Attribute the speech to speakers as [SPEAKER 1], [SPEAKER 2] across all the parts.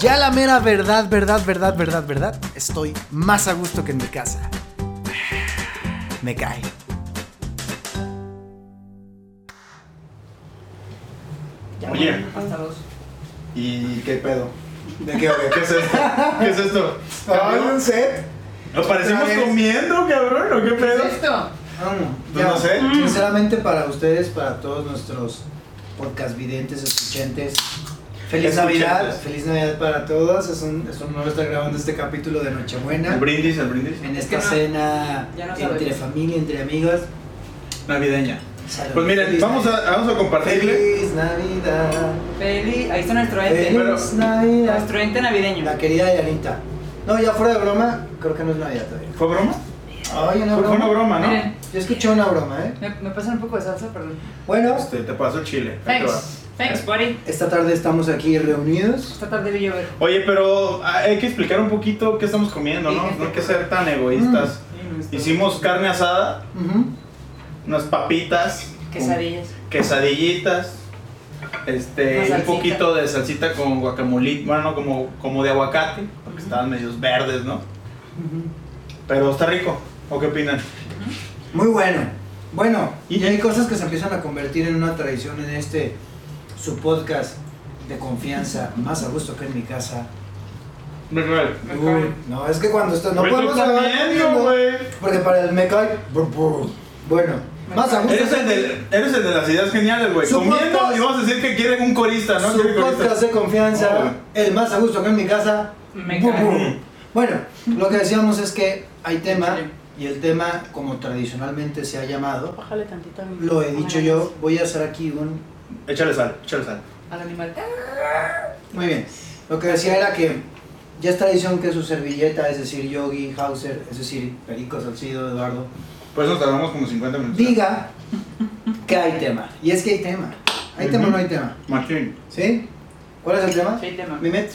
[SPEAKER 1] Ya la mera verdad, verdad, verdad, verdad, verdad. Estoy más a gusto que en mi casa. Me cae.
[SPEAKER 2] Oye.
[SPEAKER 3] Hasta dos.
[SPEAKER 2] ¿Y qué pedo?
[SPEAKER 4] ¿De qué, güey?
[SPEAKER 2] ¿Qué es esto? ¿Qué es esto?
[SPEAKER 4] ¿Hay un set?
[SPEAKER 2] ¿Nos parecemos
[SPEAKER 4] ¿Otra vez?
[SPEAKER 2] comiendo, cabrón? ¿O qué pedo?
[SPEAKER 3] esto?
[SPEAKER 4] No, no.
[SPEAKER 2] Pues no sé.
[SPEAKER 3] Mm.
[SPEAKER 4] Sinceramente, para ustedes, para todos nuestros podcast videntes, escuchantes, feliz
[SPEAKER 2] Escuchantes.
[SPEAKER 4] Navidad. Feliz Navidad para todos. Es un, es un honor estar grabando este capítulo de
[SPEAKER 2] El
[SPEAKER 4] Nochebuena.
[SPEAKER 2] brindis, el brindis.
[SPEAKER 4] En esta
[SPEAKER 3] Es que no-
[SPEAKER 4] cena
[SPEAKER 3] ya no
[SPEAKER 4] entre
[SPEAKER 3] sabemos.
[SPEAKER 4] familia, entre amigos.
[SPEAKER 2] Navideña.
[SPEAKER 4] Salud.
[SPEAKER 2] Pues miren,
[SPEAKER 4] Feliz
[SPEAKER 2] vamos
[SPEAKER 4] Navidad.
[SPEAKER 2] a, vamos a compartirle.
[SPEAKER 4] Feliz Navidad.
[SPEAKER 3] Feli, ahí está nuestro ente.
[SPEAKER 2] Pero-
[SPEAKER 4] Feliz Navidad.
[SPEAKER 3] Nuestro ente navideño.
[SPEAKER 4] La querida Yanita. No, ya fuera de broma, creo que no es Navidad
[SPEAKER 2] ¿Fue broma?
[SPEAKER 4] todavía. Ay, una
[SPEAKER 2] Fue- Fue una
[SPEAKER 4] broma.
[SPEAKER 2] broma, ¿no?
[SPEAKER 3] Miren,
[SPEAKER 4] Yo escuché una broma, ¿eh?
[SPEAKER 3] me, me pasan un poco de salsa, perdón.
[SPEAKER 4] Bueno,
[SPEAKER 2] Este, te paso el chile. Ahí te va.
[SPEAKER 3] Thanks. Thanks, buddy.
[SPEAKER 4] esta tarde estamos aquí reunidos.
[SPEAKER 3] Esta tarde vi llover.
[SPEAKER 2] Oye, pero ah, hay que explicar un poquito qué estamos comiendo, ¿no? No hay que ser tan egoístas.
[SPEAKER 3] Mm.
[SPEAKER 2] Hicimos carne asada,
[SPEAKER 4] Ujú.
[SPEAKER 2] unas papitas, con
[SPEAKER 3] Quesadillas.
[SPEAKER 2] quesadillitas,
[SPEAKER 3] Una
[SPEAKER 2] este, un
[SPEAKER 3] salsita.
[SPEAKER 2] poquito de salsita con guacamole, bueno, no, como, como de aguacate, porque estaban medios verdes, ¿no? Pero está rico. ¿O qué opinan?
[SPEAKER 4] Muy bueno. Bueno,
[SPEAKER 2] Y-
[SPEAKER 4] y hay cosas que se empiezan a convertir en una tradición en este, su podcast de confianza, más a gusto que en mi casa.
[SPEAKER 2] Me cae.
[SPEAKER 3] Me
[SPEAKER 4] Uy,
[SPEAKER 3] cae.
[SPEAKER 4] no, es que cuando esto, no
[SPEAKER 2] Me estoy
[SPEAKER 4] podemos acabar
[SPEAKER 2] comiendo,
[SPEAKER 4] comiendo,
[SPEAKER 2] güey.
[SPEAKER 4] Porque para el me cae, br- br- bueno,
[SPEAKER 3] Me
[SPEAKER 4] más a
[SPEAKER 3] cae.
[SPEAKER 4] gusto
[SPEAKER 2] Eres el, de, eres el de las ideas geniales, güey.
[SPEAKER 4] Su
[SPEAKER 2] Comiendo
[SPEAKER 4] podcast-
[SPEAKER 2] y vamos a decir que quieren un corista, ¿no?
[SPEAKER 4] su
[SPEAKER 2] Quieren
[SPEAKER 4] podcast
[SPEAKER 2] corista.
[SPEAKER 4] de confianza,
[SPEAKER 2] Oh, güey.
[SPEAKER 4] el más a gusto que en mi casa.
[SPEAKER 3] Me
[SPEAKER 4] Br-
[SPEAKER 3] cae.
[SPEAKER 4] br- Bueno, lo que decíamos es que hay tema
[SPEAKER 3] Échale.
[SPEAKER 4] y el tema como tradicionalmente se ha llamado,
[SPEAKER 3] Bájale tantito.
[SPEAKER 4] lo he dicho yo, voy a hacer aquí un
[SPEAKER 2] Échale sal, échale sal.
[SPEAKER 3] Al animal.
[SPEAKER 4] Muy bien. Lo que decía era que ya es tradición que su servilleta, es decir, Yogi, Hauser, es decir, Perico, Salcido, Eduardo,
[SPEAKER 2] Por eso nos tardamos como 50 minutos.
[SPEAKER 4] diga que hay tema. Y es que hay tema. ¿Hay tema o no hay tema?
[SPEAKER 2] Machín.
[SPEAKER 4] ¿Sí? ¿Cuál es el tema?
[SPEAKER 3] Ah, Sí, hay tema.
[SPEAKER 4] Mimet.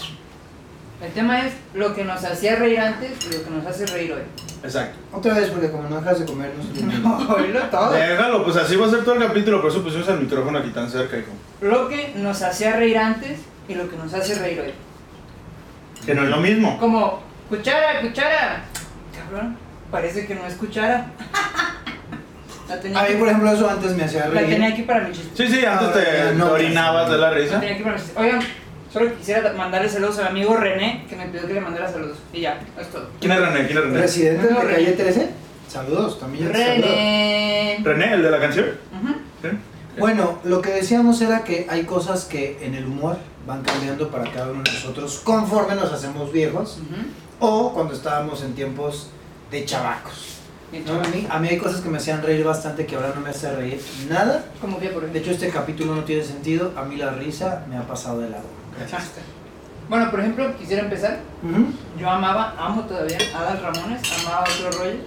[SPEAKER 3] El tema es lo que nos hacía reír antes y lo que nos hace reír hoy.
[SPEAKER 2] Exacto.
[SPEAKER 4] Otra vez, porque como no dejas de comer, no se te olvida.
[SPEAKER 3] Oílo
[SPEAKER 4] Ah.
[SPEAKER 3] todo.
[SPEAKER 2] Déjalo, pues así va a ser todo el capítulo, por eso pusimos el micrófono aquí tan cerca, hijo.
[SPEAKER 3] Lo que nos hacía reír antes y lo que nos hace reír hoy.
[SPEAKER 2] Que no es lo mismo.
[SPEAKER 3] Como, cuchara, cuchara. Cabrón, parece que no es cuchara. La tenía,
[SPEAKER 4] A mí,
[SPEAKER 3] aquí,
[SPEAKER 4] por ejemplo, eso antes me hacía
[SPEAKER 3] la tenía
[SPEAKER 4] reír.
[SPEAKER 3] aquí para mi chiste.
[SPEAKER 2] Sí, sí, antes te
[SPEAKER 4] Ah, eh, No, pues, no,
[SPEAKER 2] orinabas
[SPEAKER 4] no.
[SPEAKER 2] de la
[SPEAKER 3] La
[SPEAKER 2] risa.
[SPEAKER 3] tenía aquí para mi chiste. Oigan, solo quisiera mandarle saludos a mi amigo René, que me pidió que le mandara saludos. Y ya, es todo.
[SPEAKER 2] ¿Quién es René? ¿Quién es René?
[SPEAKER 4] Residente de
[SPEAKER 3] No,
[SPEAKER 4] calle
[SPEAKER 3] René.
[SPEAKER 4] 13. Saludos, también yo te saludo.
[SPEAKER 3] René.
[SPEAKER 2] ¿René, el de la canción?
[SPEAKER 3] Ujú.
[SPEAKER 2] Sí.
[SPEAKER 4] Bueno, lo que decíamos era que hay cosas que en el humor van cambiando para cada uno de nosotros conforme nos hacemos viejos.
[SPEAKER 3] Ujú.
[SPEAKER 4] o cuando estábamos en tiempos de chavacos.
[SPEAKER 3] Bien,
[SPEAKER 4] ¿no? A, mí, a mí hay cosas que me hacían reír bastante que ahora no me hace reír nada.
[SPEAKER 3] Como que por
[SPEAKER 4] De hecho, este capítulo no tiene sentido. A mí la risa me ha pasado de lado. Gracias.
[SPEAKER 3] Basta. Bueno, por ejemplo, quisiera empezar.
[SPEAKER 4] Ujú.
[SPEAKER 3] Yo amaba, amo todavía a Adal Ramones, amaba otro rollo.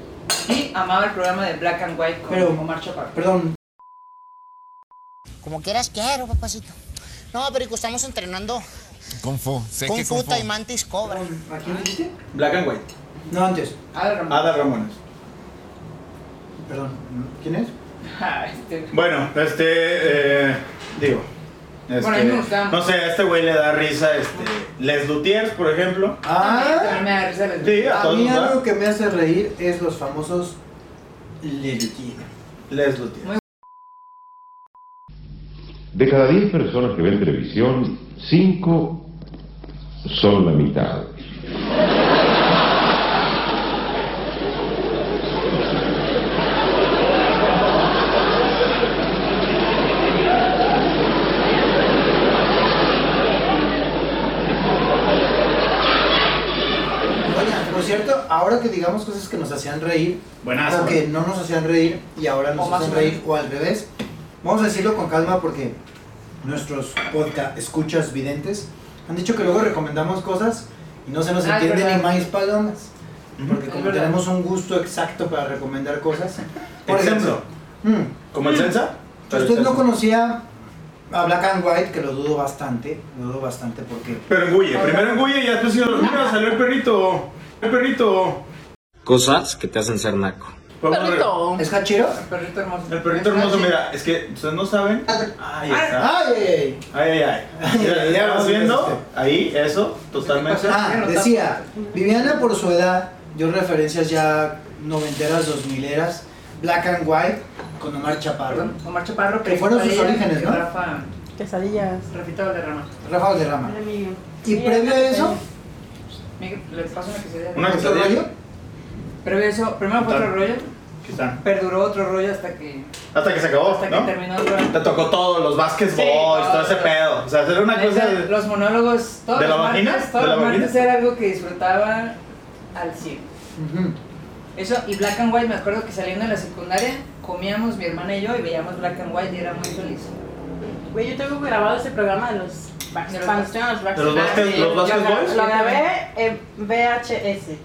[SPEAKER 3] Y amaba el programa de Black and White con
[SPEAKER 4] Pero-
[SPEAKER 3] Omar Chaparro.
[SPEAKER 4] Perdón,
[SPEAKER 5] Como quieras quiero, papacito. No, Perico, estamos entrenando
[SPEAKER 6] Kung Fu. Sé
[SPEAKER 5] con
[SPEAKER 6] que Kung Fu.
[SPEAKER 5] Futa y Mantis Cobra.
[SPEAKER 4] ¿a quién dijiste?
[SPEAKER 2] Black and White.
[SPEAKER 4] No, antes.
[SPEAKER 3] Adal Ramones.
[SPEAKER 2] Ada Ramones.
[SPEAKER 4] Perdón, ¿quién es?
[SPEAKER 3] Ah, este,
[SPEAKER 2] Bueno, este, eh, digo, este,
[SPEAKER 3] Bueno, a mí me gustaba.
[SPEAKER 2] no sé, a este güey le da risa, este, Les Lutiers, por ejemplo.
[SPEAKER 3] también
[SPEAKER 4] Ah,
[SPEAKER 3] me da risa la-
[SPEAKER 2] Sí, a
[SPEAKER 4] a
[SPEAKER 2] todos
[SPEAKER 4] mí
[SPEAKER 2] nos da.
[SPEAKER 4] algo que me hace reír es los famosos Leliquina.
[SPEAKER 2] Les Lutiers.
[SPEAKER 7] De cada 10 personas que ven televisión, 5 son la mitad.
[SPEAKER 4] Oigan, por cierto, ahora que digamos cosas que nos hacían reír,
[SPEAKER 2] Buenazo. ¿eh?
[SPEAKER 4] o que no nos hacían reír y ahora nos
[SPEAKER 3] O más
[SPEAKER 4] hacen
[SPEAKER 3] o menos.
[SPEAKER 4] reír, o al revés, vamos a decirlo con calma porque nuestros podcast escuchas videntes han dicho que luego recomendamos cosas y no se nos
[SPEAKER 3] Ah, es
[SPEAKER 4] entiende ni
[SPEAKER 3] verdad.
[SPEAKER 4] más palomas.
[SPEAKER 2] Ujú.
[SPEAKER 4] Porque
[SPEAKER 3] Es
[SPEAKER 4] como
[SPEAKER 3] verdad.
[SPEAKER 4] tenemos un gusto exacto para recomendar cosas, por
[SPEAKER 2] Por
[SPEAKER 4] ejemplo,
[SPEAKER 2] ejemplo,
[SPEAKER 4] mm,
[SPEAKER 2] ¿como el Sensa?
[SPEAKER 4] si
[SPEAKER 2] Pero el
[SPEAKER 4] usted no
[SPEAKER 2] Sensa.
[SPEAKER 4] conocía a Black and White, que lo dudo bastante, lo dudo bastante porque
[SPEAKER 2] Pero engulle, primero engulle y ya después mira, salió el perrito, el perrito.
[SPEAKER 8] Cosas que te hacen ser naco.
[SPEAKER 2] Vamos a ver.
[SPEAKER 3] Perrito.
[SPEAKER 4] ¿Es Hachiro?
[SPEAKER 3] El perrito hermoso.
[SPEAKER 2] El perrito hermoso, mira, es que ustedes no saben. Ahí está.
[SPEAKER 4] ¡Ay, ay, ay!
[SPEAKER 2] Ay, ay, ay. Mira,
[SPEAKER 4] Ya
[SPEAKER 2] ¿Estás
[SPEAKER 4] lo
[SPEAKER 2] viendo?
[SPEAKER 4] viste.
[SPEAKER 2] Ahí, eso,
[SPEAKER 3] ¿Qué
[SPEAKER 2] totalmente.
[SPEAKER 3] pasó?
[SPEAKER 4] Ah, decía, Viviana por su edad dio referencias ya noventeras, dos mileras, Black and White con Omar Chaparro.
[SPEAKER 3] Omar Chaparro.
[SPEAKER 4] Que fueron sus
[SPEAKER 3] Rafael,
[SPEAKER 4] orígenes, ¿no?
[SPEAKER 3] Rafa,
[SPEAKER 6] Quesadillas.
[SPEAKER 3] Rafita Valderrama.
[SPEAKER 4] Rafa Valderrama. Y previo a eso,
[SPEAKER 3] Miguel, le paso una quesadilla.
[SPEAKER 2] Una
[SPEAKER 4] ¿otro
[SPEAKER 2] quesadilla.
[SPEAKER 4] rollo?
[SPEAKER 3] Previo a eso, primero fue otro rollo,
[SPEAKER 2] Aquí está.
[SPEAKER 3] perduró otro rollo hasta que,
[SPEAKER 2] Hasta que se acabó,
[SPEAKER 3] hasta que
[SPEAKER 2] Oh, ¿no?
[SPEAKER 3] terminó el rollo.
[SPEAKER 2] Te tocó todo, los Vázquez
[SPEAKER 3] Sí,
[SPEAKER 2] Boys,
[SPEAKER 3] todo,
[SPEAKER 2] todo ese
[SPEAKER 3] todo.
[SPEAKER 2] pedo. O sea, hacer una cosa.
[SPEAKER 3] Neta, Los monólogos, todos
[SPEAKER 2] ¿De
[SPEAKER 3] los
[SPEAKER 2] la vagina?
[SPEAKER 3] martes, todos
[SPEAKER 2] ¿De la
[SPEAKER 3] los martes
[SPEAKER 2] vagina?
[SPEAKER 3] era algo que disfrutaba al 100.
[SPEAKER 4] Ujú.
[SPEAKER 3] Eso, y Black and White, me acuerdo que saliendo de la secundaria, comíamos mi hermana y yo y veíamos Black and White y era muy feliz.
[SPEAKER 6] Güey, yo tengo grabado ese programa de los Backstreet
[SPEAKER 3] De los
[SPEAKER 6] Bands, tengo los
[SPEAKER 2] ¿De los
[SPEAKER 6] Backstreet
[SPEAKER 2] Vázquez-
[SPEAKER 6] Bands.
[SPEAKER 2] los Vázquez
[SPEAKER 6] Yo gra-
[SPEAKER 2] Boys?
[SPEAKER 6] Lo grabé en VHS.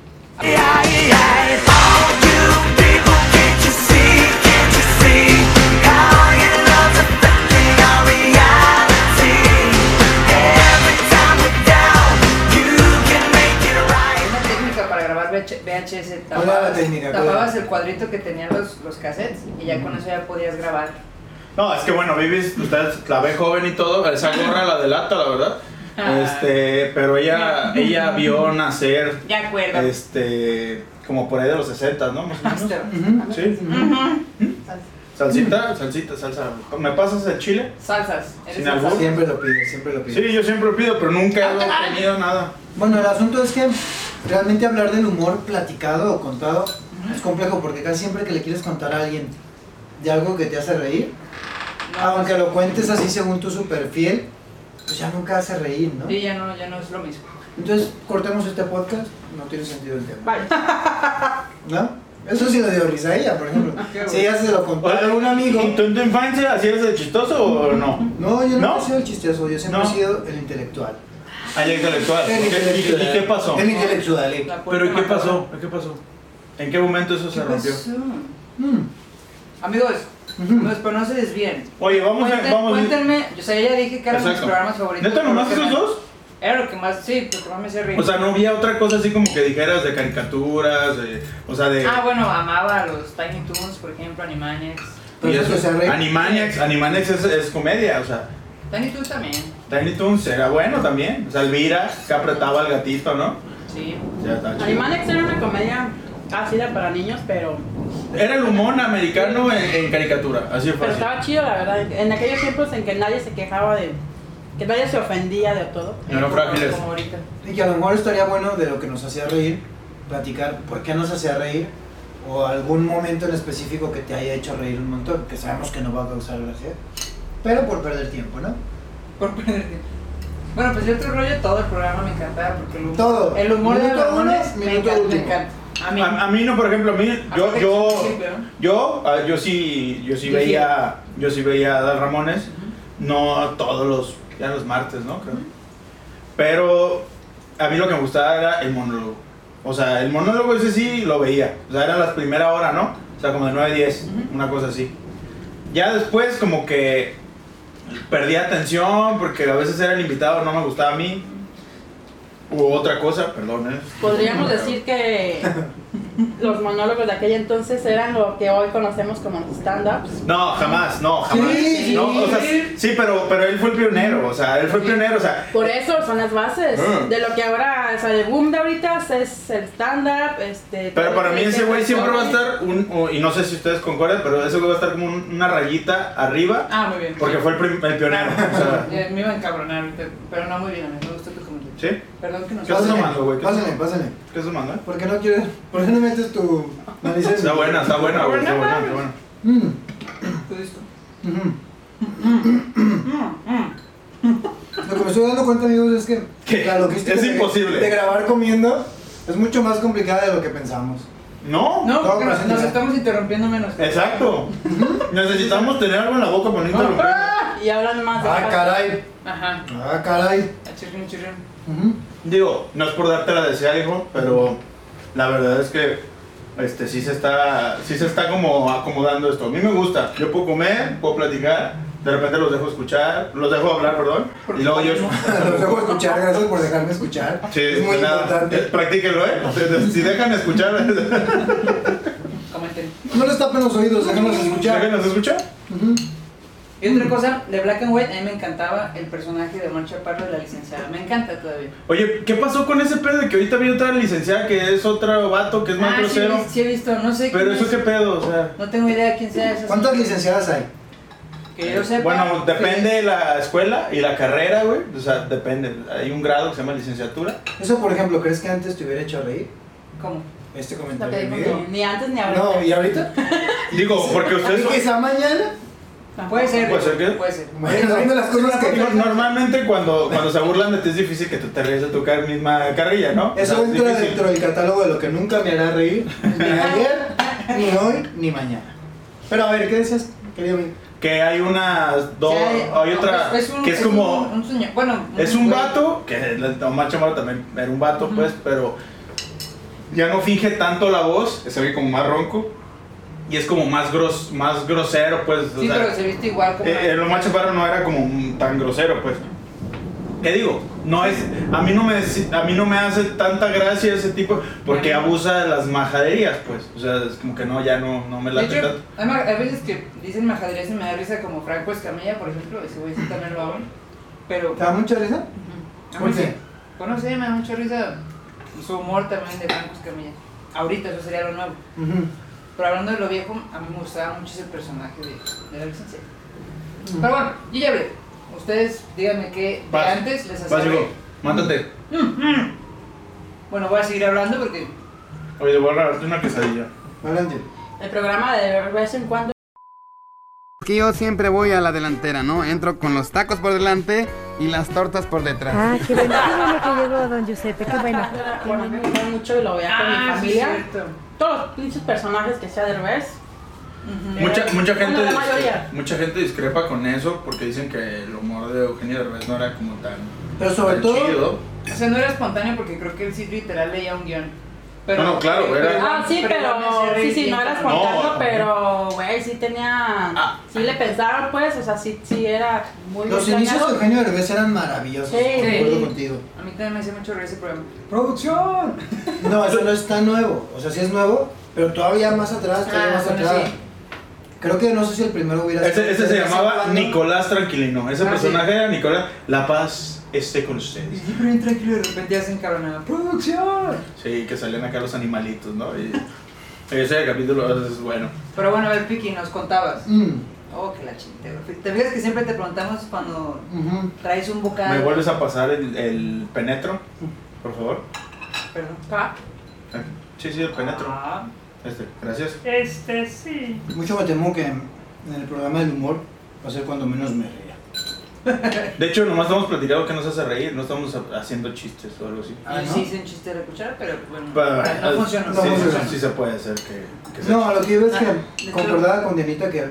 [SPEAKER 3] Una técnica para grabar VH VHS,
[SPEAKER 4] ¿Cuál
[SPEAKER 3] tapabas,
[SPEAKER 4] era la técnica? ¿Cuál
[SPEAKER 3] tapabas
[SPEAKER 4] era?
[SPEAKER 3] el cuadrito que tenían los, los cassettes y ya con eso ya podías grabar.
[SPEAKER 2] No, es que bueno, Vivis, ustedes la ve joven y todo, esa gorra la delata, la verdad.
[SPEAKER 3] Ah.
[SPEAKER 2] Este, pero ella, ella vio nacer,
[SPEAKER 3] De acuerdo.
[SPEAKER 2] este, como por ahí de los 60, ¿no? Más o menos.
[SPEAKER 3] Master.
[SPEAKER 4] Ujú.
[SPEAKER 2] Sí. ¿Mm? Salsita, salsita, salsa. ¿Me pasas el chile?
[SPEAKER 3] Salsas. eres
[SPEAKER 2] Sin
[SPEAKER 3] salsa.
[SPEAKER 2] albur.
[SPEAKER 4] Siempre lo pide, siempre lo pide.
[SPEAKER 2] Sí, yo siempre pido, pero nunca
[SPEAKER 3] Ah,
[SPEAKER 2] he obtenido nada.
[SPEAKER 4] Bueno, el asunto es que realmente hablar del humor platicado o contado es complejo porque casi siempre que le quieres contar a alguien de algo que te hace reír, aunque lo cuentes así según tu super fiel, pues ya nunca hace reír, ¿no?
[SPEAKER 3] Sí, ya no, ya no es lo mismo.
[SPEAKER 4] Entonces, cortemos este podcast, no tiene sentido el tema,
[SPEAKER 6] Vale.
[SPEAKER 4] ¿no? Eso sí lo dio risa a ella, por ejemplo.
[SPEAKER 3] Ah, Qué
[SPEAKER 4] Si ella se lo contó a algún amigo.
[SPEAKER 2] ¿Y tú en tu infancia hacías de chistoso o no?
[SPEAKER 4] No, yo no,
[SPEAKER 2] ¿No?
[SPEAKER 4] he sido el chistoso, yo siempre
[SPEAKER 2] No.
[SPEAKER 4] he sido el intelectual.
[SPEAKER 2] Al intelectual.
[SPEAKER 4] El
[SPEAKER 2] ¿Y qué- ¿Y
[SPEAKER 4] intelectual.
[SPEAKER 2] y qué pasó?
[SPEAKER 4] El intelectual, eh.
[SPEAKER 3] La puerta
[SPEAKER 2] ¿Pero ¿y qué
[SPEAKER 3] macabra.
[SPEAKER 2] pasó? ¿Qué pasó? ¿En qué momento eso
[SPEAKER 3] ¿Qué
[SPEAKER 2] se rompió?
[SPEAKER 3] pasó?
[SPEAKER 4] Mm.
[SPEAKER 3] Amigos,
[SPEAKER 4] Ujú.
[SPEAKER 2] Mm.
[SPEAKER 3] amigos, pero no se desvíen.
[SPEAKER 2] Oye, vamos a.
[SPEAKER 3] Cuenten-
[SPEAKER 2] Vamos a...
[SPEAKER 3] cuéntenme, yo, o sea, ya dije que eran mis
[SPEAKER 2] Exacto.
[SPEAKER 3] programas favoritos.
[SPEAKER 2] ¿Neta nomás
[SPEAKER 3] Porque
[SPEAKER 2] esos
[SPEAKER 3] me-
[SPEAKER 2] dos?
[SPEAKER 3] Era lo que más, sí, lo que más me hacía reír.
[SPEAKER 2] O sea, no había otra cosa así como que dijeras de caricaturas, de- o sea, de.
[SPEAKER 3] Ah, bueno, amaba a los Tiny Toons, por ejemplo, Animaniacs.
[SPEAKER 2] y
[SPEAKER 4] Pero eso
[SPEAKER 2] eso. Ah,
[SPEAKER 4] se arregla.
[SPEAKER 2] Animaniacs, Animaniacs es, es comedia, o sea,
[SPEAKER 3] Tiny Toons también,
[SPEAKER 2] Tiny Toons era bueno también. O sea, Elvira, que apretaba al gatito, ¿no?
[SPEAKER 3] sí.
[SPEAKER 2] Ya está chido.
[SPEAKER 6] Animaniacs era una comedia ácida para niños, pero,
[SPEAKER 2] Era el humor americano en, en caricatura, así fue.
[SPEAKER 6] pero estaba chido, la verdad. En aquellos tiempos en que nadie se quejaba de. que nadie se ofendía de todo.
[SPEAKER 2] No eran frágiles.
[SPEAKER 3] Como ahorita.
[SPEAKER 4] Y que a lo mejor estaría bueno de lo que nos hacía reír, platicar por qué nos hacía reír o algún momento en específico que te haya hecho reír un montón, que sabemos que no va a causar gracia, pero por perder tiempo, ¿no?
[SPEAKER 3] Por perderte. Bueno, pues yo te rollo todo el programa, me encantaba porque el humor,
[SPEAKER 4] Todo.
[SPEAKER 3] el humor de
[SPEAKER 4] Minuto
[SPEAKER 3] los
[SPEAKER 4] uno,
[SPEAKER 3] Ramones me
[SPEAKER 4] minuto
[SPEAKER 3] encanta, me
[SPEAKER 4] último.
[SPEAKER 3] encanta. A mí.
[SPEAKER 2] A, a mí no, por ejemplo, a mí, Ah, yo,
[SPEAKER 3] Aparte que
[SPEAKER 2] yo,
[SPEAKER 3] Ah, sí, pero-
[SPEAKER 2] yo, ah, yo sí, yo sí veía, yo sí veía a Adal Ramones, no todos los, ya los martes, ¿no? Creo. Pero a mí lo que me gustaba era el monólogo. O sea, el monólogo ese sí lo veía. O sea, era la primera hora, ¿no? O sea, como de 9 a 10, una cosa así. Ya después como que perdía atención porque a veces era el invitado, no me gustaba a mí. U otra cosa, perdón, ¿eh?
[SPEAKER 6] Podríamos decir que los monólogos de aquel entonces eran lo que hoy conocemos como los stand-ups.
[SPEAKER 2] No, jamás, no, jamás.
[SPEAKER 4] Sí, sí.
[SPEAKER 2] No, o sea, sí, pero, pero él fue el pionero, o sea, él fue el pionero, o sea,
[SPEAKER 6] Por eso son las bases
[SPEAKER 2] Ah.
[SPEAKER 6] de lo que ahora, o sea, el boom de ahorita es el stand-up, este...
[SPEAKER 2] pero
[SPEAKER 6] todo
[SPEAKER 2] para mí
[SPEAKER 6] este
[SPEAKER 2] ese güey siempre va a
[SPEAKER 6] recorte.
[SPEAKER 2] estar, un, o- y no sé si ustedes concuerdan, pero ese güey va a estar como un- una rayita arriba,
[SPEAKER 3] Ah, muy bien.
[SPEAKER 2] porque fue el, prim- el pionero, o sea,
[SPEAKER 3] Eh, me iba a encabronar ahorita, pero no muy bien, a mí me gustó tu comentario.
[SPEAKER 2] ¿sí?
[SPEAKER 3] Perdón que nos
[SPEAKER 2] ¿Qué estás tomando, güey? ¿Qué estás
[SPEAKER 4] Pásenle, pásenle.
[SPEAKER 2] ¿Qué es eso, Manuel?
[SPEAKER 4] ¿Por qué no quieres? ¿Por qué no metes tu nariz en-
[SPEAKER 2] Está buena, está buena, güey, está buena, está buena.
[SPEAKER 4] Mm,
[SPEAKER 3] tu disco.
[SPEAKER 4] ujú. Lo que me estoy dando cuenta, amigos, es que
[SPEAKER 2] ¿Qué?
[SPEAKER 4] la logística
[SPEAKER 2] Es
[SPEAKER 4] de-
[SPEAKER 2] imposible.
[SPEAKER 4] de grabar comiendo es mucho más complicada de lo que pensamos.
[SPEAKER 2] No,
[SPEAKER 3] No, porque nos,
[SPEAKER 4] presenta.
[SPEAKER 3] nos estamos interrumpiendo menos.
[SPEAKER 2] exacto, necesitamos tener algo en la boca para no interrumpirnos.
[SPEAKER 6] Y hablan más de...
[SPEAKER 4] Ah, caray.
[SPEAKER 3] Ajá.
[SPEAKER 4] Ah, caray.
[SPEAKER 3] Chirrión, chirrión.
[SPEAKER 4] Ujú.
[SPEAKER 2] Digo, no es por darte la deseada, hijo, pero la verdad es que este sí se está sí se está como acomodando esto. A mí me gusta. Yo puedo comer, puedo platicar, de repente los dejo escuchar, los dejo hablar, perdón, y luego yo
[SPEAKER 4] Los dejo escuchar, gracias por dejarme escuchar.
[SPEAKER 2] Sí,
[SPEAKER 4] es muy
[SPEAKER 2] nada.
[SPEAKER 4] importante.
[SPEAKER 2] Eh, Practíquenlo, ¿eh? Si dejan escuchar,
[SPEAKER 3] Como en aguanten.
[SPEAKER 4] No les tapen los oídos, déjenlos escuchar.
[SPEAKER 2] ¿Alguien nos escucha?
[SPEAKER 4] Ujú.
[SPEAKER 3] Y otra cosa, de Black and White, a mí me encantaba el personaje de Omar Chaparro, la licenciada. Me encanta todavía.
[SPEAKER 2] Oye, ¿qué pasó con ese pedo de que ahorita viene otra licenciada que es otro vato que es más
[SPEAKER 3] Ah, sí,
[SPEAKER 2] grosero?
[SPEAKER 3] sí he visto, no sé
[SPEAKER 2] Pero
[SPEAKER 3] quién
[SPEAKER 2] eso
[SPEAKER 3] es.
[SPEAKER 2] qué pedo, o sea.
[SPEAKER 3] No tengo idea de quién sea esa.
[SPEAKER 4] ¿Cuántas
[SPEAKER 3] señora.
[SPEAKER 4] licenciadas hay?
[SPEAKER 3] Que yo sepa. pues,
[SPEAKER 2] Bueno, depende
[SPEAKER 3] que-
[SPEAKER 2] de la escuela y la carrera, güey. O sea, depende. Hay un grado que se llama licenciatura.
[SPEAKER 4] Eso, por ejemplo, ¿crees que antes te hubiera hecho reír?
[SPEAKER 3] ¿Cómo?
[SPEAKER 4] Este
[SPEAKER 6] Lo
[SPEAKER 4] comentario
[SPEAKER 6] que dijo
[SPEAKER 4] mío.
[SPEAKER 6] que ni antes ni ahora.
[SPEAKER 4] No, ¿y ahorita?
[SPEAKER 2] Digo, porque ustedes.
[SPEAKER 4] ¿Y quizá mañana?
[SPEAKER 3] Puede ser.
[SPEAKER 2] ¿Puede ser qué?
[SPEAKER 3] Puede ser.
[SPEAKER 4] Bueno, viendo las cosas que
[SPEAKER 2] Digo, normalmente cuando, cuando se burlan de ti es difícil que tú te ríes de tu car- misma carrilla, ¿no? O
[SPEAKER 4] Eso
[SPEAKER 2] sea, es
[SPEAKER 4] entra
[SPEAKER 2] difícil.
[SPEAKER 4] dentro del catálogo de lo que nunca me hará reír, ni ayer, ni hoy, ni mañana. Pero a ver, ¿qué decías, querido amigo?
[SPEAKER 2] Que hay unas dos.
[SPEAKER 3] O sea,
[SPEAKER 2] hay otra.
[SPEAKER 3] es un-
[SPEAKER 2] que es como.
[SPEAKER 3] un- un señor- Bueno,
[SPEAKER 2] Es un
[SPEAKER 3] güey.
[SPEAKER 2] vato, que el Omar Chaparro también era un vato,
[SPEAKER 3] Ujú.
[SPEAKER 2] pues, pero ya no finge tanto la voz, se ve como más ronco y es como más gros, más grosero, pues. o
[SPEAKER 3] Sí,
[SPEAKER 2] sea,
[SPEAKER 3] pero se viste igual como.
[SPEAKER 2] eh, el Omar Chaparro no era como un- tan grosero, pues. ¿Qué digo? No es, a mí no me, a mí no me hace tanta gracia ese tipo porque
[SPEAKER 3] Ya.
[SPEAKER 2] abusa de las majaderías, pues. O sea, es como que no, ya no, no me
[SPEAKER 3] De
[SPEAKER 2] la
[SPEAKER 3] hecho, hay ma- hay veces que dicen majaderías y me da risa, como Franco Escamilla, por ejemplo. Ese güey sí también lo hago. Pero.
[SPEAKER 2] Ah,
[SPEAKER 4] ¿Te da mucha risa?
[SPEAKER 3] Ujú. A
[SPEAKER 4] ¿Por
[SPEAKER 3] mí
[SPEAKER 4] qué?
[SPEAKER 3] sí. Bueno, sí, me da mucha risa su humor también de Franco Escamilla. Ahorita eso sería lo nuevo.
[SPEAKER 4] Ujú.
[SPEAKER 3] Pero hablando de lo viejo, a mí me gustaba mucho ese personaje de, de la licencia. Pero bueno, yo ya hablé. Ustedes díganme qué de
[SPEAKER 2] Mm. Vas.
[SPEAKER 3] antes les hacía.
[SPEAKER 2] Básico,
[SPEAKER 3] reír.
[SPEAKER 2] mándate.
[SPEAKER 3] Bueno, voy a seguir hablando porque
[SPEAKER 2] Oye, voy a regalarte una quesadilla.
[SPEAKER 4] Adelante.
[SPEAKER 6] El programa de vez en cuando
[SPEAKER 8] Que yo siempre voy a la delantera, ¿no? Entro con los tacos por delante y las tortas por detrás.
[SPEAKER 9] Ah, qué bueno, qué bueno que llegó don Giuseppe, qué bueno.
[SPEAKER 6] por mí me gusta mucho y lo veía con mi familia.
[SPEAKER 3] Ah, sí, es cierto.
[SPEAKER 6] Todos los pinches personajes que sea de revés.
[SPEAKER 2] Mucha, mucha, gente,
[SPEAKER 6] Bueno, la mayoría.
[SPEAKER 2] mucha gente discrepa con eso porque dicen que el humor de Eugenio Derbez no era como tan,
[SPEAKER 4] Pero sobre
[SPEAKER 2] tan
[SPEAKER 4] todo,
[SPEAKER 2] chido.
[SPEAKER 3] O sea, no era espontáneo porque creo que él sí literal leía un guión. Pero,
[SPEAKER 2] No, no, claro,
[SPEAKER 3] pero-
[SPEAKER 2] era-
[SPEAKER 6] Ah, sí, pero.
[SPEAKER 3] me hacía
[SPEAKER 6] Sí,
[SPEAKER 3] reír
[SPEAKER 6] sí,
[SPEAKER 3] bien
[SPEAKER 6] no eras
[SPEAKER 3] cabrón.
[SPEAKER 6] contando,
[SPEAKER 2] No.
[SPEAKER 6] pero, güey, sí tenía.
[SPEAKER 2] Ah.
[SPEAKER 6] Sí le pensaban, pues, o sea, sí, sí era muy.
[SPEAKER 4] los
[SPEAKER 6] bien
[SPEAKER 4] inicios de
[SPEAKER 6] planeado.
[SPEAKER 4] Eugenio Derbez eran maravillosos,
[SPEAKER 6] Sí.
[SPEAKER 4] concuerdo
[SPEAKER 3] Sí.
[SPEAKER 4] contigo.
[SPEAKER 3] A mí también me hacía mucho reír ese programa.
[SPEAKER 4] ¡Producción! No, eso no es tan nuevo. O sea, sí es nuevo, pero todavía más atrás, todavía
[SPEAKER 3] Ah,
[SPEAKER 4] más
[SPEAKER 3] bueno,
[SPEAKER 4] atrás.
[SPEAKER 3] sí.
[SPEAKER 4] Creo que no sé si el primero hubiera
[SPEAKER 2] Ese, ese se llamaba
[SPEAKER 4] Hablando-
[SPEAKER 2] Nicolás Tranquilino. Ese
[SPEAKER 3] Ah,
[SPEAKER 2] personaje era Nicolás. La paz esté con ustedes.
[SPEAKER 3] Siempre bien tranquilo y de repente ya se encabronaba.
[SPEAKER 4] ¡Producción!
[SPEAKER 2] Sí, que salían acá los animalitos, ¿no? Y ese capítulo es bueno.
[SPEAKER 3] Pero bueno, a ver, Piki, nos contabas.
[SPEAKER 4] Mm,
[SPEAKER 3] Oh, que la chingada. ¿Te fijas que siempre te preguntamos cuando
[SPEAKER 4] ujú.
[SPEAKER 3] traes un bocado?
[SPEAKER 2] ¿Me vuelves a pasar el, el penetro? Por favor.
[SPEAKER 3] Perdón.
[SPEAKER 6] Ah,
[SPEAKER 2] Sí, sí, el penetro.
[SPEAKER 3] Ah.
[SPEAKER 2] Este, gracias.
[SPEAKER 3] Este sí.
[SPEAKER 4] Mucho me temo que en el programa del humor va a ser cuando menos me ría.
[SPEAKER 2] De hecho, nomás estamos platicando que nos hace reír. No estamos haciendo chistes o algo así.
[SPEAKER 4] Ah, ¿no?
[SPEAKER 3] Sí, hice un chiste de la cuchara, pero bueno.
[SPEAKER 2] Pa-
[SPEAKER 3] no funcionó.
[SPEAKER 2] eh, Sí,
[SPEAKER 4] No
[SPEAKER 2] sí,
[SPEAKER 4] funcionó.
[SPEAKER 2] sí se puede hacer que, que se-
[SPEAKER 4] No, lo que iba es
[SPEAKER 3] Ah,
[SPEAKER 4] que
[SPEAKER 3] de
[SPEAKER 4] concordaba con Dianita que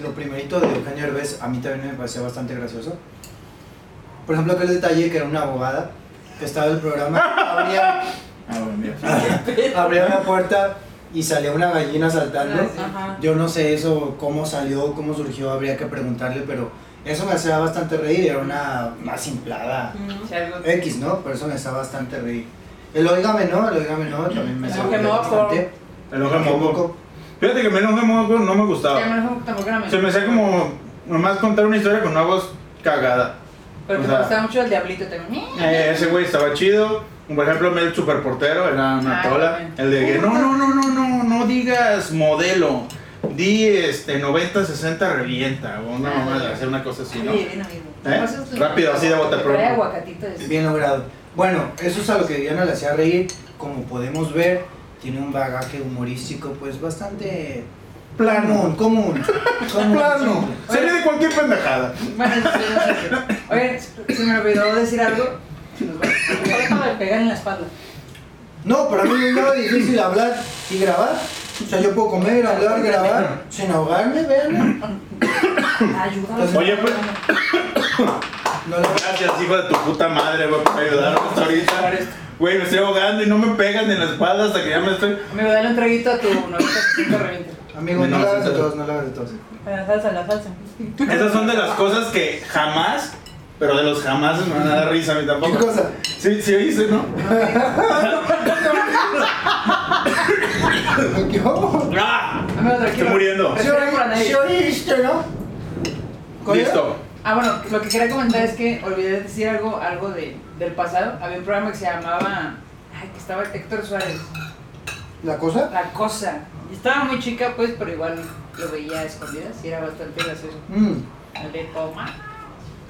[SPEAKER 4] lo primerito de Eugenio Herbes a mí también me parecía bastante gracioso. Por ejemplo, aquel detalle que era una abogada que estaba en el programa, abría,
[SPEAKER 2] Ah, bueno, mira.
[SPEAKER 4] abría una puerta y salía una gallina saltando.
[SPEAKER 3] Ah, sí.
[SPEAKER 6] Ajá.
[SPEAKER 4] Yo no sé eso, cómo salió, cómo surgió, habría que preguntarle, pero eso me hacía bastante reír, era una más simplada.
[SPEAKER 6] Mm.
[SPEAKER 3] Si algo-
[SPEAKER 2] Eh,
[SPEAKER 4] X, ¿no? Pero eso me hacía bastante reír. El oígame no, el oígame no, también me
[SPEAKER 6] El
[SPEAKER 4] hacía
[SPEAKER 6] Oígame
[SPEAKER 4] reír
[SPEAKER 6] No,
[SPEAKER 4] bastante.
[SPEAKER 2] El ojo de moco. Fíjate que a mí el ojo de moco no me gustaba.
[SPEAKER 3] Ya, no, tampoco era mi-
[SPEAKER 2] Se me hacía como nomás contar una historia con una voz cagada.
[SPEAKER 3] Pero
[SPEAKER 2] o
[SPEAKER 3] que
[SPEAKER 2] sea-
[SPEAKER 3] me gustaba mucho el diablito también.
[SPEAKER 2] Eh, ese güey estaba chido. Por ejemplo, el superportero era una
[SPEAKER 3] Ah,
[SPEAKER 2] tola.
[SPEAKER 3] también.
[SPEAKER 2] El de que no, no, no, no, no, no digas modelo. Di este 90, 60, revienta. O una
[SPEAKER 3] Ah,
[SPEAKER 2] mamada,
[SPEAKER 3] ya.
[SPEAKER 2] hacer una cosa así, ¿no?
[SPEAKER 3] Bien, bien, amigo.
[SPEAKER 2] ¿Eh? Rápido, así de bote
[SPEAKER 3] Trae
[SPEAKER 2] pronto.
[SPEAKER 3] aguacatito de-
[SPEAKER 4] Bien logrado. Bueno, eso es a lo que Diana le hacía reír. Como podemos ver, tiene un bagaje humorístico, pues bastante. Plano, común. común.
[SPEAKER 2] Plano. Sería de cualquier pendejada.
[SPEAKER 3] Bueno, sí, sí, sí. Oye, se me olvidó decir algo. Se nos va a acabo de pegar en la espalda.
[SPEAKER 4] No, para mí no es nada difícil hablar y grabar. O sea, yo puedo comer, hablar, grabar, sin ahogarme, vean.
[SPEAKER 3] Ayúdame.
[SPEAKER 2] Oye, pues.
[SPEAKER 4] No lo
[SPEAKER 2] Gracias, hijo de tu puta madre, güey, por ayudarnos ahorita. Güey, me estoy ahogando y no me pegan en la espalda hasta que ya me estoy.
[SPEAKER 3] Amigo, dale un traguito a tu 95 revienta.
[SPEAKER 4] Amigo, no
[SPEAKER 2] No,
[SPEAKER 4] lo hagas de
[SPEAKER 2] sí, sí.
[SPEAKER 4] todos, no lo hagas de todos.
[SPEAKER 6] A La salsa, a la salsa.
[SPEAKER 2] Esas son de las cosas que jamás, pero de los jamás me van a dar risa a mí tampoco.
[SPEAKER 4] ¿Qué cosa?
[SPEAKER 2] Sí, sí oíste, ¿no?
[SPEAKER 4] ¿Qué hago?
[SPEAKER 2] ¡Ah!
[SPEAKER 3] Amigo, tranquilo.
[SPEAKER 2] muriendo.
[SPEAKER 3] Respira por la nariz.
[SPEAKER 4] ¿Sí oíste, este, no? ¿Coño?
[SPEAKER 2] Listo.
[SPEAKER 3] Ah, bueno, lo que quería comentar es que olvidé decir algo, algo de, del pasado. Había un programa que se llamaba. Ay, que estaba Héctor Suárez.
[SPEAKER 4] ¿La cosa?
[SPEAKER 3] La cosa. Y Estaba muy chica, pues, pero igual lo veía a escondidas y era bastante gracioso.
[SPEAKER 4] Mm.
[SPEAKER 3] El de Toma.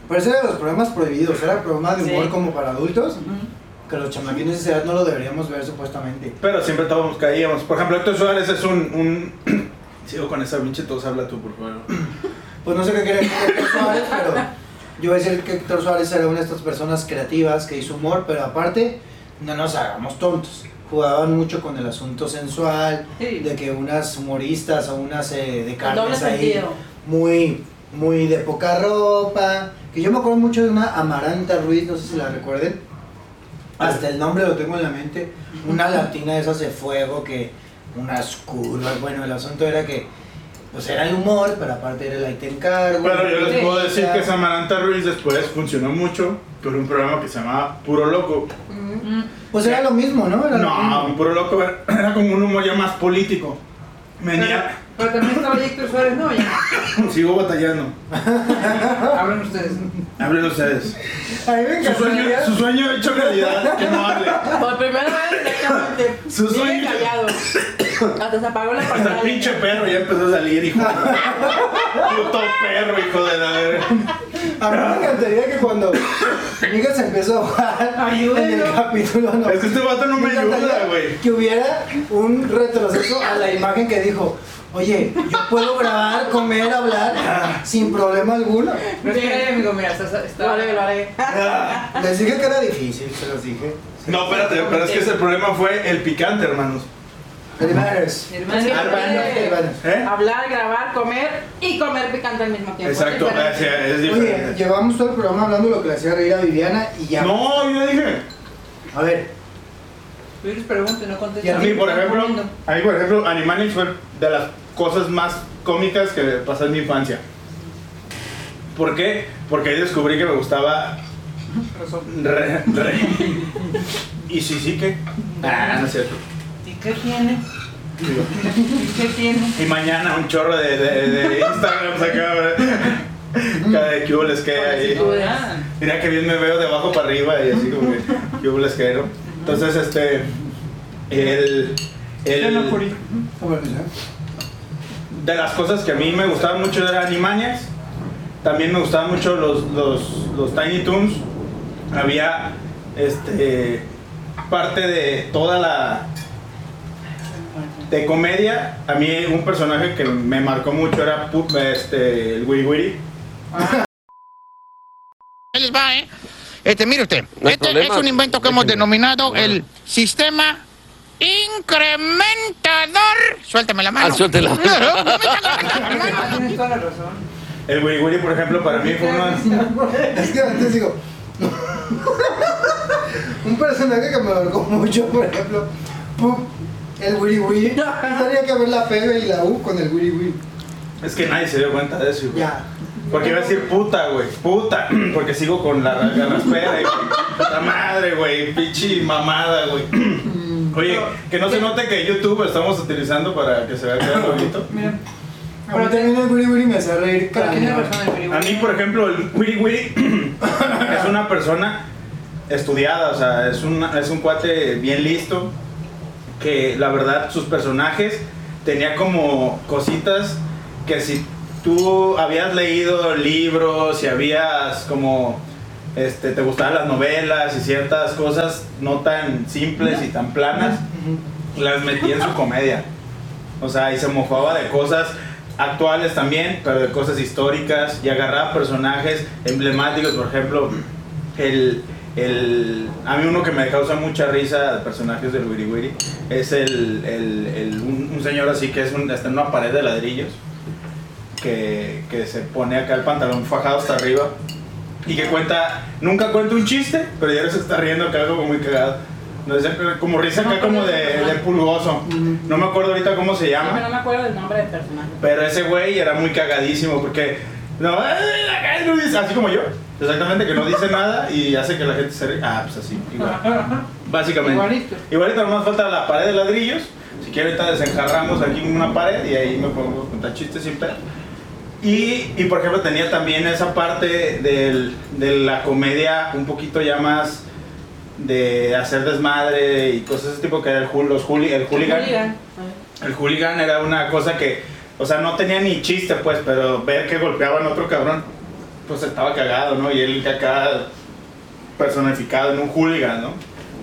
[SPEAKER 4] Pero ese era de los programas prohibidos, era programa de humor
[SPEAKER 3] Sí.
[SPEAKER 4] como para adultos, que los chamaquines de esa edad no lo deberíamos ver supuestamente.
[SPEAKER 2] Pero siempre estábamos, caíamos. Por ejemplo, Héctor Suárez es un. un... Sigo con esa pinche tos, habla tú, por favor.
[SPEAKER 4] Pues no sé qué quería decir Héctor Suárez, pero yo voy a decir que Héctor Suárez era una de estas personas creativas que hizo humor, pero aparte, no nos hagamos tontos. Jugaban mucho con el asunto sensual,
[SPEAKER 3] Sí.
[SPEAKER 4] de que unas humoristas o unas eh, de
[SPEAKER 6] El doble
[SPEAKER 4] carnes ahí,
[SPEAKER 6] sentido.
[SPEAKER 4] muy, muy de poca ropa. Que yo me acuerdo mucho de una Amaranta Ruiz, no sé si la recuerden. Hasta el nombre lo tengo en la mente. Una latina de esas de fuego que unas curvas. Bueno, el asunto era que pues era el humor, pero aparte era el ahí te encargo.
[SPEAKER 2] Pero yo les puedo
[SPEAKER 4] Sí,
[SPEAKER 2] decir
[SPEAKER 4] ya.
[SPEAKER 2] que Samaranta Ruiz después funcionó mucho con un programa que se llamaba Puro Loco.
[SPEAKER 4] Pues era lo mismo, ¿no? Era lo
[SPEAKER 2] No,
[SPEAKER 4] mismo.
[SPEAKER 2] Puro Loco era- era como un humor ya más político.
[SPEAKER 3] Pero,
[SPEAKER 2] Venía.
[SPEAKER 3] pero también estaba ahí Héctor Suárez, no, ya.
[SPEAKER 2] Sigo batallando.
[SPEAKER 6] Ah.
[SPEAKER 3] Hablan ustedes.
[SPEAKER 2] Hablen ustedes.
[SPEAKER 4] A mí me
[SPEAKER 2] Su sueño,
[SPEAKER 4] encantaría.
[SPEAKER 2] su sueño hecho realidad, que no hable.
[SPEAKER 6] Por primera vez directamente.
[SPEAKER 2] Su
[SPEAKER 6] Sigue
[SPEAKER 2] sueño-
[SPEAKER 6] callado. Hasta se apagó la
[SPEAKER 2] Hasta el
[SPEAKER 6] pantalla.
[SPEAKER 2] pinche perro ya empezó a salir, hijo. de- Puto perro, hijo de la verga.
[SPEAKER 4] A mí me encantaría que cuando Miguel se empezó a jugar en el
[SPEAKER 3] Ayúdenlo.
[SPEAKER 4] capítulo no.
[SPEAKER 2] Es que este vato no me ayuda,
[SPEAKER 4] encantaría
[SPEAKER 2] güey.
[SPEAKER 4] Que hubiera un retroceso a la imagen que dijo, oye, yo puedo grabar, comer,
[SPEAKER 2] Ah.
[SPEAKER 4] hablar sin problema alguno.
[SPEAKER 3] No es que nadie, amigo, mira, está.
[SPEAKER 6] Lo
[SPEAKER 3] está
[SPEAKER 6] haré, lo haré.
[SPEAKER 4] Les dije que era difícil, se los dije.
[SPEAKER 2] No, espérate, pero es que ese problema fue el picante, hermanos.
[SPEAKER 4] Primers.
[SPEAKER 3] Mi hermano-
[SPEAKER 6] Es que-
[SPEAKER 4] Primers.
[SPEAKER 2] ¿Eh?
[SPEAKER 6] Este, Hablar, grabar, comer y comer picante al mismo tiempo.
[SPEAKER 2] Exacto,
[SPEAKER 6] pues Es
[SPEAKER 2] es,
[SPEAKER 6] diferente.
[SPEAKER 2] es
[SPEAKER 4] Oye,
[SPEAKER 2] diferente.
[SPEAKER 4] llevamos todo el programa hablando de lo que le hacía reír a Viviana y ya.
[SPEAKER 2] No, yo dije.
[SPEAKER 4] A ver,
[SPEAKER 3] Tú les pregunto y no
[SPEAKER 4] Y
[SPEAKER 3] contestas.
[SPEAKER 2] A mí, por
[SPEAKER 3] Están
[SPEAKER 2] ejemplo,
[SPEAKER 3] comiendo.
[SPEAKER 2] a mí, por ejemplo, Animaniacs fue de las cosas más cómicas que pasé en mi infancia. ¿Por qué? Porque ahí descubrí que me gustaba. Re, re. Y sí, sí que. Ah, no es cierto.
[SPEAKER 3] ¿Y qué tiene?
[SPEAKER 2] Digo,
[SPEAKER 3] ¿Y qué tiene?
[SPEAKER 2] Y mañana un chorro de, de, de Instagram sacaba. Cada de que hubo les queda ahí.
[SPEAKER 3] Ah.
[SPEAKER 2] Mira que bien me veo de abajo para arriba y así como que yo les quiero. Entonces, este. El. El.
[SPEAKER 4] ¿cómo lo dice?
[SPEAKER 2] De las cosas que a mí me gustaban mucho era Animaniacs. También me gustaban mucho los, los, los Tiny Toons. Había. Este. Parte de toda la. De comedia, a mí un personaje que me marcó mucho era Pu- este, el Wiri Wiri.
[SPEAKER 5] Ahí les va, ¿eh? Este, mire usted, este es un invento que hemos denominado el sistema incrementador. Suéltame la mano. suéltela.
[SPEAKER 3] Ah, Tienes toda la razón.
[SPEAKER 2] El Wiri Wiri, por ejemplo, para mí fue uno.
[SPEAKER 4] Es que antes digo. un personaje que me marcó mucho, por ejemplo. ¡pum! El Wiri Wiri. Tendría que ver la P y la U con el Wiri Wiri.
[SPEAKER 2] Es que nadie se dio cuenta de eso, güey.
[SPEAKER 4] Ya.
[SPEAKER 2] Porque iba a decir puta, güey, puta, porque sigo con la ra- garraspera, y puta madre, güey, pichi mamada, güey. Oye, que no se note que YouTube estamos utilizando para que se vea claro bonito.
[SPEAKER 3] Mira,
[SPEAKER 4] A mí también el Wiri Wiri me hace reír.
[SPEAKER 3] pero tiene
[SPEAKER 4] cañón.
[SPEAKER 3] razón el peligro.
[SPEAKER 2] A mí, por ejemplo, el Wiri Wiri es una persona estudiada, o sea, es un, es un cuate bien listo, que la verdad sus personajes tenía como cositas que si tú habías leído libros, si habías como, este, te gustaban las novelas y ciertas cosas no tan simples y tan planas, las metía en su comedia. O sea, y se mofaba de cosas actuales también, pero de cosas históricas. Y agarraba personajes emblemáticos, por ejemplo, el. el- a mí uno que me causa mucha risa, personajes del Wiri Wiri, es el, el- el- un, un señor así que es un, está en una pared de ladrillos, que, que se pone acá el pantalón fajado hasta arriba y que cuenta, nunca cuenta un chiste, pero ya se está riendo acá como muy cagado. No sé, como risa acá como de, de pulgoso. No me acuerdo ahorita cómo se
[SPEAKER 6] Sí,
[SPEAKER 2] llama.
[SPEAKER 6] pero No me acuerdo del nombre del personaje.
[SPEAKER 2] Pero ese güey era muy cagadísimo porque. No, "Ay, acá no dice", así como yo. Exactamente, que no dice nada y hace que la gente se ríe. Ah, pues así, igual. Básicamente.
[SPEAKER 3] Igualito.
[SPEAKER 2] Igualito, nomás falta la pared de ladrillos Si quiere, ahorita desenjarramos aquí una pared y ahí me pongo a contar chistes sin pedo. Y, y, por ejemplo, tenía también esa parte del- de la comedia un poquito ya más de hacer desmadre y cosas de ese tipo que era el, jul- los juli- el hooligan.
[SPEAKER 6] Hooligan.
[SPEAKER 2] El hooligan era una cosa que, o sea, no tenía ni chiste, pues, pero ver que golpeaban a otro cabrón, pues estaba cagado, ¿no? Y él acá personificado en un hooligan, ¿no?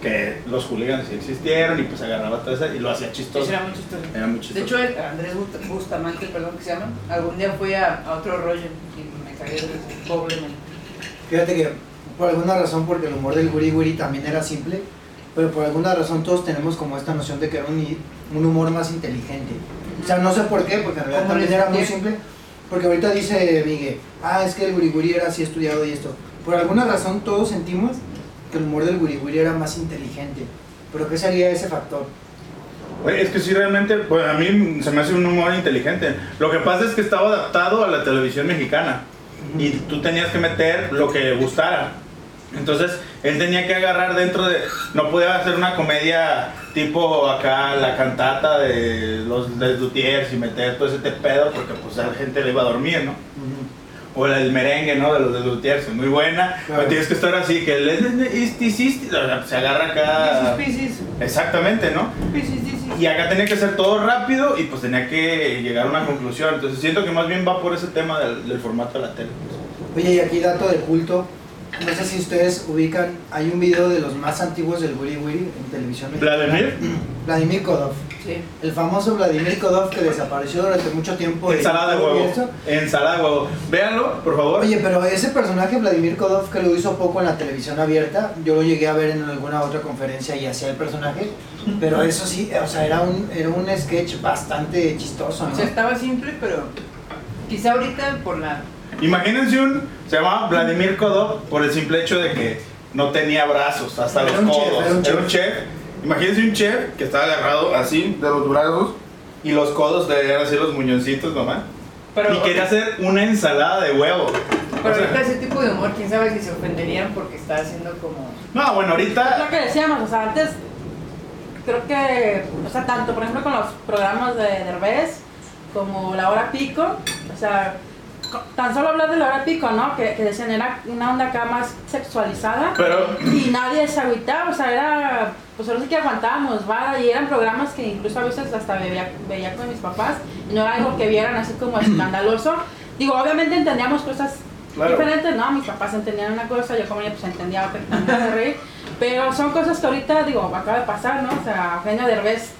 [SPEAKER 2] Que los hooligans sí existieron y pues agarraba todo eso y lo hacía chistoso.
[SPEAKER 3] Eso era muy chistoso.
[SPEAKER 2] Era muy
[SPEAKER 3] De
[SPEAKER 2] chistoso.
[SPEAKER 3] hecho, el Andrés Bust- Bustamante, perdón, que se llama, algún día fui a, a otro rollo y me cagué de risa, pobremente.
[SPEAKER 4] Fíjate que por alguna razón, porque el humor del Guri Guri también era simple, pero por alguna razón todos tenemos como esta noción de que era un, un humor más inteligente. O sea, no sé por qué, porque en realidad
[SPEAKER 3] Como
[SPEAKER 4] también
[SPEAKER 3] les
[SPEAKER 4] era muy
[SPEAKER 3] decía.
[SPEAKER 4] simple. Porque ahorita dice Miguel, ah, es que el Guri Guri era así estudiado y esto. Por alguna razón todos sentimos que el humor del Guri Guri era más inteligente. Pero ¿qué sería ese factor?
[SPEAKER 2] Oye, es que sí, realmente, pues a mí se me hace un humor inteligente. Lo que pasa es que estaba adaptado a la televisión mexicana y tú tenías que meter lo que gustara. Entonces, él tenía que agarrar dentro de... No podía hacer una comedia tipo acá, la cantata de los de Luthiers y meter todo ese pedo porque pues a la gente le iba a dormir, ¿no? O la del merengue, ¿no? De los de Luthiers, muy buena.
[SPEAKER 4] Claro.
[SPEAKER 2] Pero tienes que estar así, que le- le- le- isti- isti- o sea, se agarra acá...
[SPEAKER 3] Piscis,
[SPEAKER 2] Exactamente, ¿no?
[SPEAKER 3] piscis, piscis.
[SPEAKER 2] Y acá tenía que ser todo rápido y pues tenía que llegar a una conclusión. Entonces siento que más bien va por ese tema del, del formato de la tele.
[SPEAKER 4] Oye, y aquí dato de culto. No sé si ustedes ubican, hay un video de los más antiguos del Guri Guri en televisión. mexicana.
[SPEAKER 2] ¿Vladimir?
[SPEAKER 4] Vladimir Kodov.
[SPEAKER 3] Sí.
[SPEAKER 4] El famoso Vladimir Kodov que desapareció durante mucho tiempo. de
[SPEAKER 2] Ensalada de
[SPEAKER 4] YouTube y
[SPEAKER 2] huevo.
[SPEAKER 4] eso.
[SPEAKER 2] Ensalada de huevo. Véanlo, por favor.
[SPEAKER 4] Oye, pero ese personaje Vladimir Kodov que lo hizo poco en la televisión abierta, yo lo llegué a ver en alguna otra conferencia y hacía el personaje, pero eso sí, o sea, era un, era un sketch bastante chistoso,
[SPEAKER 3] O
[SPEAKER 4] ¿no?
[SPEAKER 3] sea, estaba simple, pero quizá ahorita por la...
[SPEAKER 2] Imagínense un... Se llamaba Vladimir Kodov por el simple hecho de que no tenía brazos hasta
[SPEAKER 4] Era
[SPEAKER 2] los
[SPEAKER 4] un chef,
[SPEAKER 2] codos.
[SPEAKER 4] era un
[SPEAKER 2] Era un chef. Imagínense un chef que estaba agarrado así de los brazos y los codos de eran así los muñoncitos nomás.
[SPEAKER 3] Pero,
[SPEAKER 2] y quería hacer una ensalada de huevo.
[SPEAKER 3] pero
[SPEAKER 2] O sea,
[SPEAKER 3] ahorita ese tipo de humor, quién sabe si se ofenderían porque está haciendo como...
[SPEAKER 2] no, bueno, ahorita...
[SPEAKER 6] Es lo que decíamos, o sea, antes creo que, o sea, tanto por ejemplo con los programas de Derbez como La Hora Pico, o sea, co- tan solo hablar de La Hora Pico, ¿no? Que, que decían era una onda acá más sexualizada
[SPEAKER 2] Pero-
[SPEAKER 6] y nadie se agüitaba, o sea, era, pues ahora sí que aguantábamos, ¿va? Y eran programas que incluso a veces hasta veía, veía con mis papás y no era algo que vieran así como escandaloso. Digo, obviamente entendíamos cosas
[SPEAKER 2] Claro.
[SPEAKER 6] diferentes, ¿no? Mis papás entendían una cosa, yo como niña pues entendía otra, que también me reí. Pero son cosas que ahorita, digo, acaba de pasar, ¿no? O sea, a Eugenio Derbez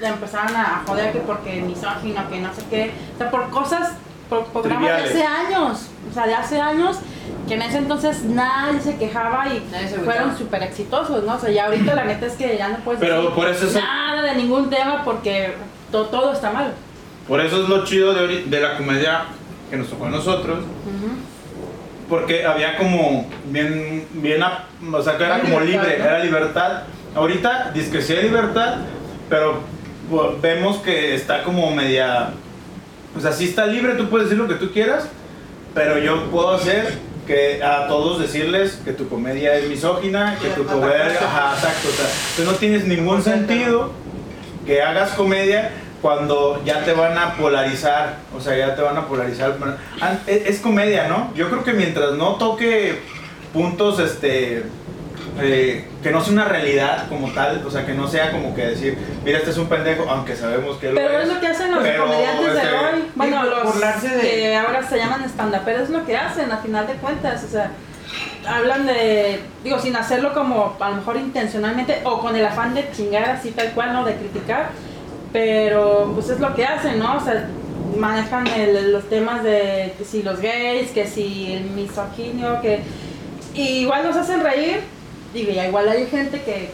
[SPEAKER 6] le empezaron a joder que porque misógino, que no sé qué. O sea, por cosas, por programas
[SPEAKER 2] Triviales.
[SPEAKER 6] de hace años, o sea, de hace años, que en ese entonces nadie se quejaba y
[SPEAKER 3] Nadie se
[SPEAKER 6] fueron
[SPEAKER 3] agüitaba.
[SPEAKER 6] súper exitosos, ¿no? O sea, ya ahorita la neta es que ya no puedes
[SPEAKER 2] Pero por eso es el-
[SPEAKER 6] nada de ningún tema porque to- todo está mal.
[SPEAKER 2] Por eso es lo chido de, ahori- de la comedia que nos tocó a nosotros. Porque había como bien, bien, a- o sea, que era
[SPEAKER 3] Era
[SPEAKER 2] como
[SPEAKER 3] libertad,
[SPEAKER 2] libre,
[SPEAKER 3] ¿no?
[SPEAKER 2] era libertad. Ahorita dice que sí hay libertad, pero pues, vemos que está como media, o sea, sí está libre, tú puedes decir lo que tú quieras, pero yo puedo hacer que a todos decirles que tu comedia es misógina, que tu comedia es ajá, exacto, o sea, tú no tienes ningún
[SPEAKER 6] Pues
[SPEAKER 2] sentido que hagas comedia cuando ya te van a polarizar, o sea, ya te van a polarizar. Ah, Es, es comedia, ¿no? Yo creo que mientras no toque puntos, este, eh, que no sea una realidad como tal, o sea, que no sea como que decir, mira, este es un pendejo, aunque sabemos que lo
[SPEAKER 6] Pero es lo que hacen los
[SPEAKER 2] Pero,
[SPEAKER 6] comediantes de
[SPEAKER 2] este,
[SPEAKER 6] hoy. Bueno,
[SPEAKER 3] por
[SPEAKER 6] los
[SPEAKER 3] burlarse de-
[SPEAKER 6] que ahora se llaman stand pero es lo que hacen a final de cuentas. O sea, hablan de, digo, sin hacerlo como a lo mejor intencionalmente o con el afán de chingar así tal cual, ¿no? De criticar. Pero pues es lo que hacen, ¿no? O sea, manejan el- los temas de que si los gays, que si el misoginio, que... y igual nos hacen reír. Digo, ya igual hay gente que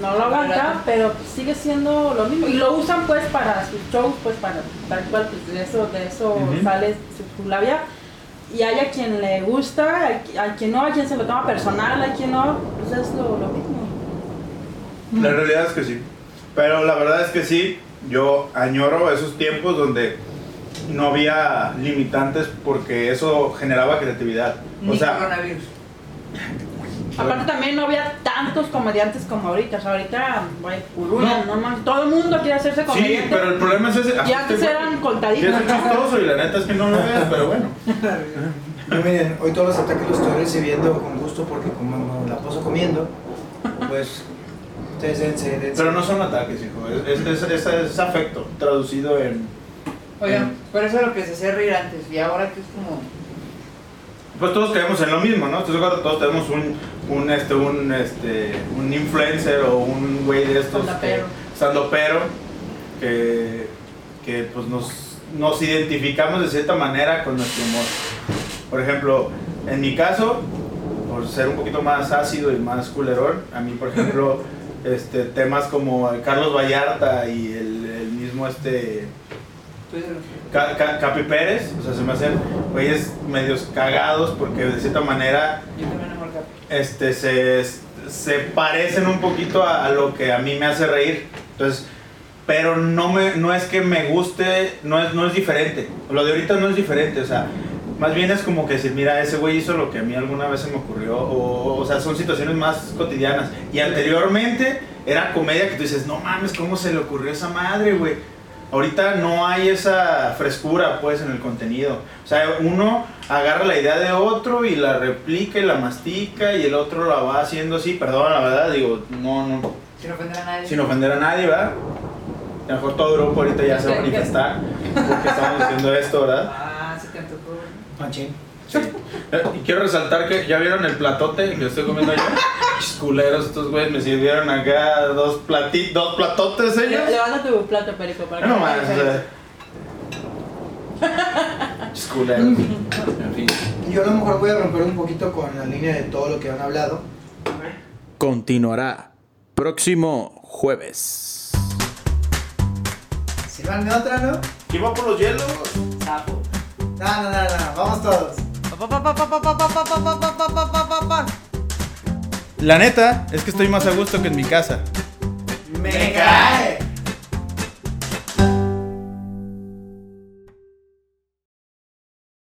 [SPEAKER 6] no lo aguanta, pero pues, sigue siendo lo mismo. Y lo usan pues para sus shows, pues para tal cual, pues de eso, de eso
[SPEAKER 2] Ujú.
[SPEAKER 6] sale su, su labia. Y hay a quien le gusta, a, qui- a quien no, a quien se lo toma personal, a quien no, pues es lo, lo mismo.
[SPEAKER 2] La realidad es que sí. Pero la verdad es que sí, yo añoro esos tiempos donde no había limitantes porque eso generaba creatividad. O
[SPEAKER 3] Ni
[SPEAKER 2] sea,
[SPEAKER 3] coronavirus.
[SPEAKER 6] Aparte también no había tantos comediantes como ahorita. O sea, ahorita, güey, Uruña, no, mames, todo el mundo quiere hacerse
[SPEAKER 2] Sí,
[SPEAKER 6] comediante.
[SPEAKER 2] pero el problema es ese.
[SPEAKER 6] Y antes eran
[SPEAKER 2] Y
[SPEAKER 6] contaditos.
[SPEAKER 2] es chistoso y la neta es que no lo ves, pero bueno.
[SPEAKER 4] Yo miren, hoy todos los ataques los estoy recibiendo con gusto porque como me la paso comiendo, pues ustedes dense, dense.
[SPEAKER 2] Pero no son ataques, hijo. Es, es, es- es- es afecto traducido en.
[SPEAKER 3] Oigan,
[SPEAKER 2] eh.
[SPEAKER 3] pero eso es lo que se hacía reír antes. Y ahora que es como.
[SPEAKER 2] Pues todos caemos en lo mismo, ¿no? Entonces, claro, todos tenemos un, un, este, un, este, un influencer o un güey de estos.
[SPEAKER 6] Standupero.
[SPEAKER 2] Estando pero. Que, que pues nos, nos identificamos de cierta manera con nuestro humor. Por ejemplo, en mi caso, por ser un poquito más ácido y más culerón, a mí, por ejemplo, este, temas como el Carlos Vallarta y el, el mismo este.
[SPEAKER 3] tú dices,
[SPEAKER 2] Ca- Ca- Capi Pérez, o sea, se me hacen güeyes medios cagados porque de cierta manera
[SPEAKER 3] Yo también amo al Capi.
[SPEAKER 2] este, se, se parecen un poquito a, a lo que a mí me hace reír. Entonces, pero no, me, no es que me guste, no es, no es diferente. Lo de ahorita no es diferente, o sea, más bien es como que decir, mira, ese güey hizo lo que a mí alguna vez se me ocurrió, o, o sea, son situaciones más cotidianas. Y anteriormente era comedia que tú dices, no mames, ¿cómo se le ocurrió a esa madre, güey? Ahorita no hay esa frescura, pues, en el contenido. O sea, uno agarra la idea de otro y la replica y la mastica y el otro la va haciendo así. Perdón, la verdad, digo, no, no,
[SPEAKER 3] Sin ofender a nadie.
[SPEAKER 2] sin ofender a nadie, ¿verdad? A lo mejor todo Europa ahorita ya se va a manifestar porque estamos haciendo esto, ¿verdad?
[SPEAKER 3] Ah, se te antojó.
[SPEAKER 4] Machín.
[SPEAKER 2] Sí. Eh, Y quiero resaltar que ya vieron el platote que estoy comiendo yo. Chis, Culeros estos güeyes me sirvieron acá dos plati dos platotes ellos.
[SPEAKER 6] Le- Levanta tu plato, Perico, para
[SPEAKER 2] No
[SPEAKER 6] que
[SPEAKER 2] más, o sea. Chis, culeros. En fin.
[SPEAKER 4] Yo a lo mejor voy a romper un poquito con la línea de todo lo que han hablado.
[SPEAKER 10] Continuará próximo jueves.
[SPEAKER 4] Si van de otra, ¿no?
[SPEAKER 2] ¿Quién va por los hielos?
[SPEAKER 3] Sapo.
[SPEAKER 4] No, no, no, no, vamos todos.
[SPEAKER 2] La neta es que estoy más a gusto que en mi casa.
[SPEAKER 3] Me